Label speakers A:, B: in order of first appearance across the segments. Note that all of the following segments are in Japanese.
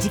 A: 時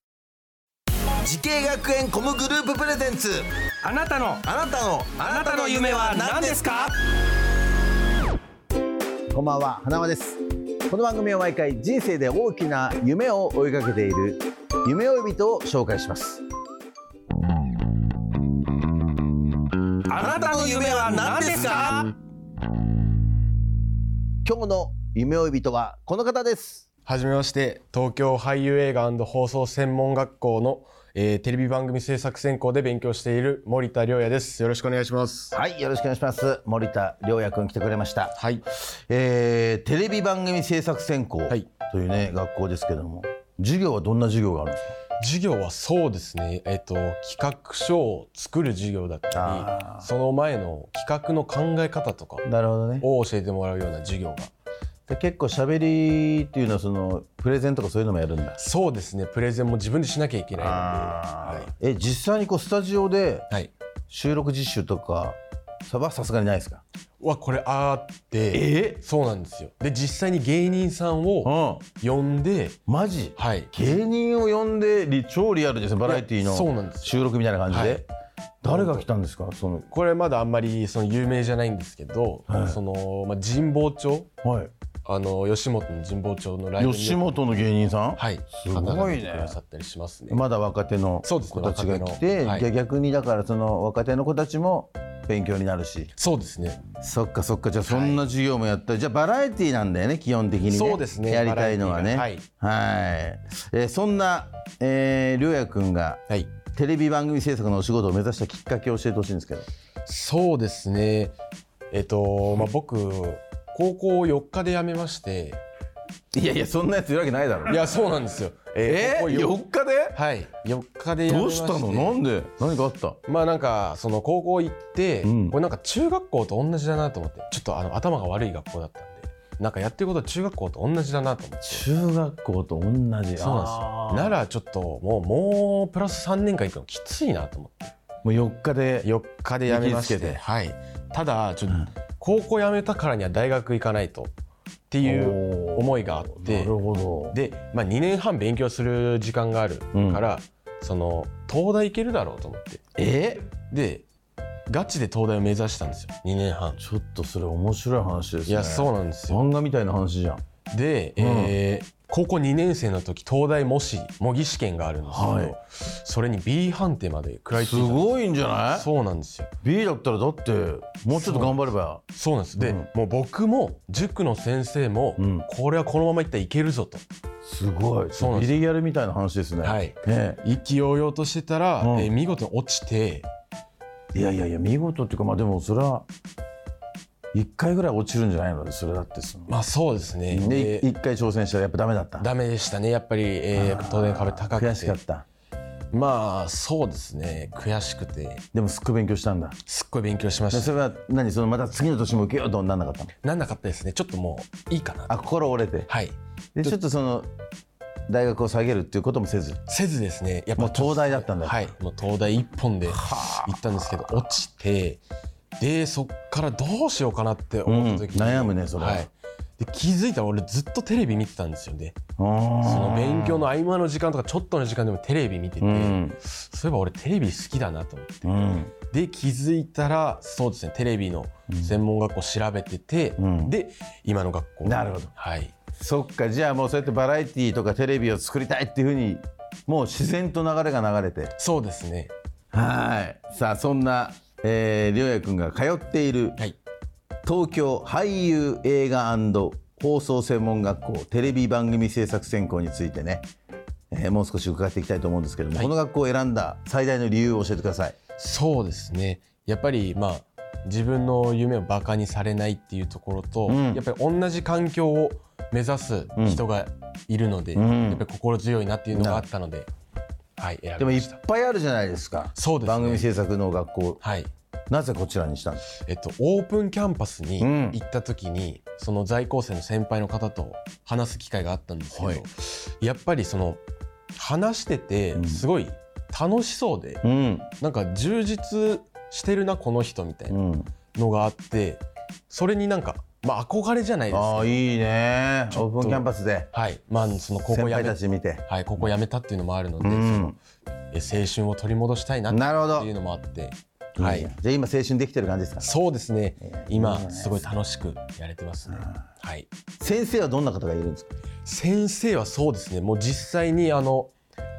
B: 時系学園コムグループプレゼンツ
C: あなた
B: あ
C: の
B: なたのあなたの夢は何ですか
D: こんばんは花輪ですこの番組は毎回人生で大きな夢を追いかけている夢追い人を紹介します
B: あなたの夢は何ですか
D: 今日の夢追い人はこの方です
E: はじめまして、東京俳優映画放送専門学校の、えーテレビ番組制作専攻で勉強している森田亮也です。よろしくお願いします。
D: はいよろしくお願いします森田亮也くん来てくれました、
E: はい。
D: えー、テレビ番組制作専攻
E: はい
D: というね、学校ですけども授業はどんな授業があるんです
E: 授業はそうですね、えっ、と、企画書を作る授業だった
D: あ
E: り、その前の企画の考え方とか
D: かなるほどね
E: を教えてもらうような授業が。
D: で結構しゃべりっていうのはそのプレゼンとかそういうのもやるんだ
E: そうですね、プレゼンも自分でしなきゃいけないので、は
D: え実際にこうスタジオで
E: い。はい。
D: 収録実習とかさはさすがにないですか
E: うわ、これあって、そうなんですよ。で、実際に芸人さんを
D: う
E: 呼んで、
D: んマジ
E: はい。
D: 芸人を呼んでリ超リアルですねバラエティ
E: いやそうな
D: の
E: んです
D: 収録みたいな感じで、
E: はい
D: 誰が来たんですかその
E: これまだあんまりその有名じゃないんですけど、
D: はい
E: そのまあ神保町
D: はい
E: あの吉本の神保町のライブに
D: 吉本の芸人さん、
E: はい
D: すごいね
E: 方が来てくださったりしますね。
D: まだ若手の
E: そうです
D: 子
E: ね
D: たちが来
E: 若
D: て、
E: 手のはい
D: で逆にだからその若手の子たちも勉強になるし
E: そうですね。
D: そっかそっかじゃあそんな授業もやったり、じゃあバラエティなんだよね基本的にね
E: そうですね
D: やりたいのはね
E: バラエテ
D: はいえーそんな、えー、りょうやくんが
E: はい。
D: テレビ番組制作のお仕事を目指したきっかけを教えてほしいんですけど
E: そうですね。えっとまあ僕高校を4日で辞めまして、
D: いやいやそんなやついるわけないだろ
E: いやそうなんですよ。
D: え
E: 高校
D: ー、
E: 四
D: 4日で
E: はい4日で辞め
D: ど
E: ま
D: う
E: して
D: したのなんで何かあった
E: まあなんかその高校行って、
D: うん
E: これなんか中学校と同じだなと思ってちょっとあの頭が悪い学校だったんでなんかやってることは中学校と同じだなと思って
D: 中学校と同じそうなんです
E: そうなんですよならちょっともうもうプラス3年間行くのきついなと思って
D: もう4日で
E: 4日で辞めまし
D: 行きつけ
E: て
D: て
E: はい、ただちょっと、高校辞めたからには大学行かないとっていう思いがあって
D: ほ
E: で、まあ、2年半勉強する時間があるから、その東大行けるだろうと思って
D: え
E: でガチで東大を目指したんですよ2年半
D: ちょっとそれ面白い話ですね
E: いやそう
D: う
E: なんですよ
D: 漫画みたいな話じゃん
E: で、
D: ん
E: えー高校2年生の時東大模試模擬試験があるんですけど、
D: はい
E: それに B 判定まで食らいつい
D: す
E: たんです
D: ごいんじゃない
E: そうなんですよ
D: B だったらだってもうちょっと頑張れば
E: そうなんですで、
D: うん
E: もう僕も塾の先生も、
D: うん
E: これはこのままいったらいけるぞと、
D: すごい
E: そうなんで
D: ビ
E: す
D: リギャルみたいな話ですね
E: はい
D: ね
E: 意気揚々としてたら、
D: うん
E: えー見事に落ちて
D: えいやいやいや見事っていうかまあでもそれは1回ぐらい落ちるんじゃないのそれだってその
E: まあそうですね
D: で
E: で
D: 1回挑戦したらやっぱダメだった
E: ダメでしたねやっぱり、えー東大の壁高くて
D: 悔しかった
E: まあそうですね悔しくて
D: でもすっごい勉強したんだ
E: すっごい勉強しま
D: で
E: し
D: そ
E: た
D: れは何そのまた次の年も受けようとなんなかったの
E: なんなかったですねちょっともういいかなと
D: あ心折れて
E: はい
D: でちょっとその大学を下げるっていうこともせず
E: せずですねやっぱ
D: もう東大だったんだ
E: はいもう東大一本で行ったんですけど落ちてでそっからどうしようかなって思った時に、
D: うん悩むねそれは
E: はい、で気づいたら俺ずっとテレビ見てたんですよね
D: そ
E: そ
D: の
E: の勉強の合間の時間とかちょっとの時間でもテレビ見てて、
D: うん、
E: そういえば俺テレビ好きだなと思って
D: うん、
E: で気づいたらそうですねテレビの専門学校調べてて、
D: うん
E: で今の学校
D: なるほど
E: はい
D: そっかじゃあもうそうやってバラエティーとかテレビを作りたいっていうふうにもう自然と流れが流れて
E: そうですね
D: はいさあそんな、えー、りょうやくんが通っている
E: はい
D: 東京俳優映画放送専門学校テレビ番組制作専攻についてね、えーもう少し伺っていきたいと思うんですけども、
E: はい
D: この学校を選んだ最大の理由を教えてください。
E: そうですねやっぱりまあ自分の夢をバカにされないっていうところと、
D: うん
E: やっぱり同じ環境を目指す人がいるので、
D: うん
E: やっぱり心強いなっていうのがあったので、はい、選
D: で
E: び
D: もい
E: ま
D: っ
E: した。
D: ぱいあるじゃないですか
E: そうですね
D: 番組制作の学校
E: はい。
D: なぜこちらにしたんです
E: えっと、オープンキャンパスに
D: うん
E: 行った時に、その在校生の先輩の方と話す機会があったんですけど、
D: はい
E: やっぱりその話してて
D: うん
E: すごい楽しそうで、
D: うん、
E: なんか充実してるなこの人みたいな
D: うん、
E: のがあってそれになんか、まあ、憧れじゃないです
D: ああ
E: か
D: いいね
E: ちょ
D: オ
E: っと
D: ープンキャンパスで
E: はいまあ、その高
D: 先
E: 校辞
D: 輩
E: め
D: たち見て
E: はい、高校辞めたっていうのもあるので、
D: うん
E: そのえ青春を取り戻したいな
D: なるほ
E: っ
D: ど
E: ていうのもあって、
D: は
E: はいい
D: じゃ、あ今青春できてる感じですか
E: そうですね今
D: いいね
E: すごい楽しくやれてますね。はい、
D: 先生はどんな方がいるんですか
E: 先生はそうですねもう実際にあの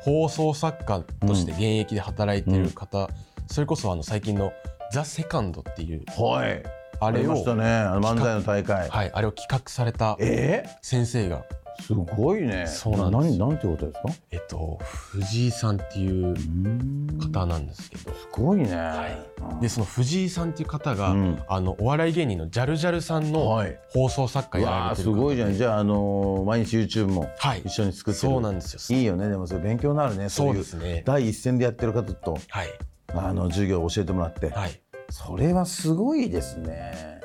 E: 放送作家として現役で働いてる方、それこそあの最近の「ザ・セカンドっていう
D: はい
E: あ
D: あ
E: れ
D: り
E: を
D: ましたねあの漫才の大会
E: はい、あれを企画された
D: え
E: 先生が、
D: ーすごいね
E: そうなんです
D: な何ていうことですか
E: えっと、藤井さんっていう方なんですけど。
D: すごいね
E: でその藤井さんっていう方が、
D: うん
E: あのお笑い芸人のジャルジャルさんの
D: はい
E: 放送作家
D: う
E: やら
D: わ
E: れ
D: ー
E: て
D: す
E: る方
D: ごいじゃん
E: で
D: じゃああのー毎日 YouTube も
E: はい
D: 一緒に作ってる
E: そうなんですよ
D: いいよねでもそれ勉強になるね
E: そう
D: い
E: ですね
D: 第一線でやってる方と
E: はい
D: あの授業を教えてもらって
E: はい
D: それはすごいですね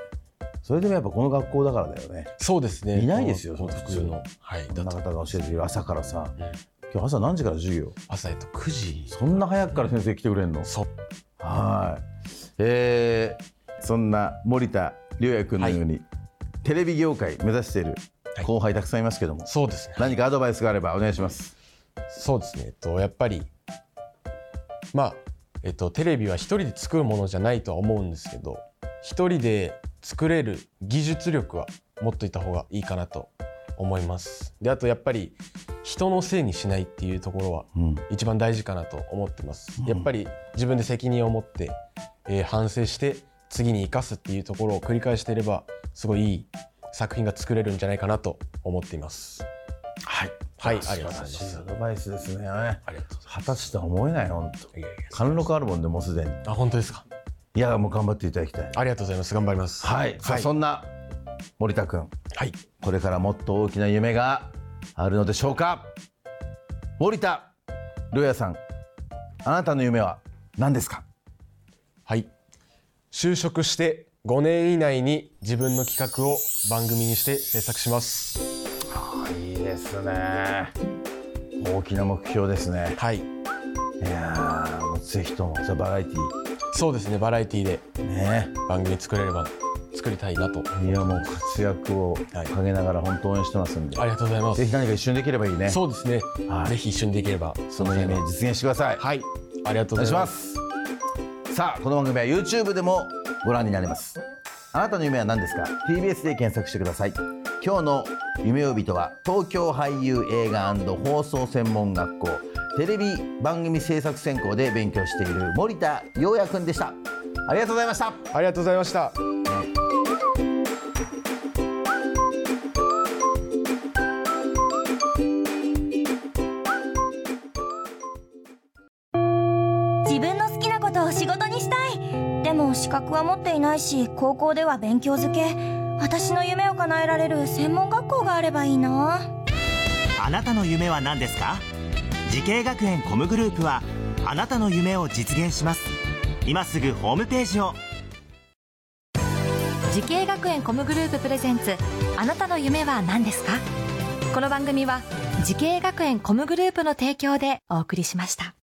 D: それでもやっぱこの学校だからだよね
E: そうですね
D: いないですよ
E: この
D: そんな
E: 普
D: 普通
E: 通のはい
D: いろんな方が教えてくれる朝からさ
E: うん
D: 今日朝何時から授業
E: 朝えっと9時
D: そんな早くから先生来てくれるの
E: そう
D: はいえーそんな森田良也君のように、テレビ業界目指している
E: はい
D: 後輩たくさんいますけども、
E: そうですね
D: 何かアドバイスがあればお願いします
E: そうですねえっとやっぱりまあえっとテレビは一人で作るものじゃないとは思うんですけど一人で作れる技術力は持っといた方がいいかなと思いますであとやっぱり人のせいにしないっていうところは
D: うん
E: 一番大事かなと思ってます、やっぱり自分で責任を持って、えー反省して次に生かすっていうところを繰り返していればすごいいい作品が作れるんじゃないかなと思っています
D: はい
E: はい
D: 素晴らしいアドバイスですね
E: ありがとうござい
D: 果たして思えない本
E: いやいや
D: 当貫禄あるもんねもうすでに
E: ますあ本当ですか
D: いやもう頑張っていただきたい
E: ありがとうございます頑張ります
D: はい、さあ
E: はい
D: そんな森田君
E: はい
D: これからもっと大きな夢があるのでしょうか森田良也さんあなたの夢は何ですか
E: はい就職して5年以内に自分の企画を番組にして制作します
D: いいですね大きな目標ですね
E: はい
D: いやーもうぜひともそれバラエティ
E: そうですねバラエティで
D: ーね
E: 番組作れれば作りたいなと
D: いやもう活躍を陰ながら本当応援してますんで、
E: ありがとうございま
D: ぜ
E: す
D: ひ何か一緒にできればいいね
E: そうですね、
D: はい
E: ぜひ一緒にできれば
D: その夢実現してください
E: はいありがと
D: お願
E: うご
D: い
E: ざ
D: し
E: いま
D: ますすさあこの番組は YouTube でもご覧になれますあなたの夢は何ですか TBS で検索してください今日の夢呼人は東京俳優映画放送専門学校テレビ番組制作専攻で勉強している森田陽也くんでしたありがとうございました
E: ありがとうございました
F: 自分の好きなことを仕事にしたいでも資格は持っていないし高校では勉強づけ私の夢を叶えられる専門学校があればいいな
G: あなたの夢は何ですか時系学園コムグループはあなたの夢を実現します今すぐホームページを
A: 時系学園コムグループプレゼンツあなたの夢は何ですかこの番組は時系学園コムグループの提供でお送りしました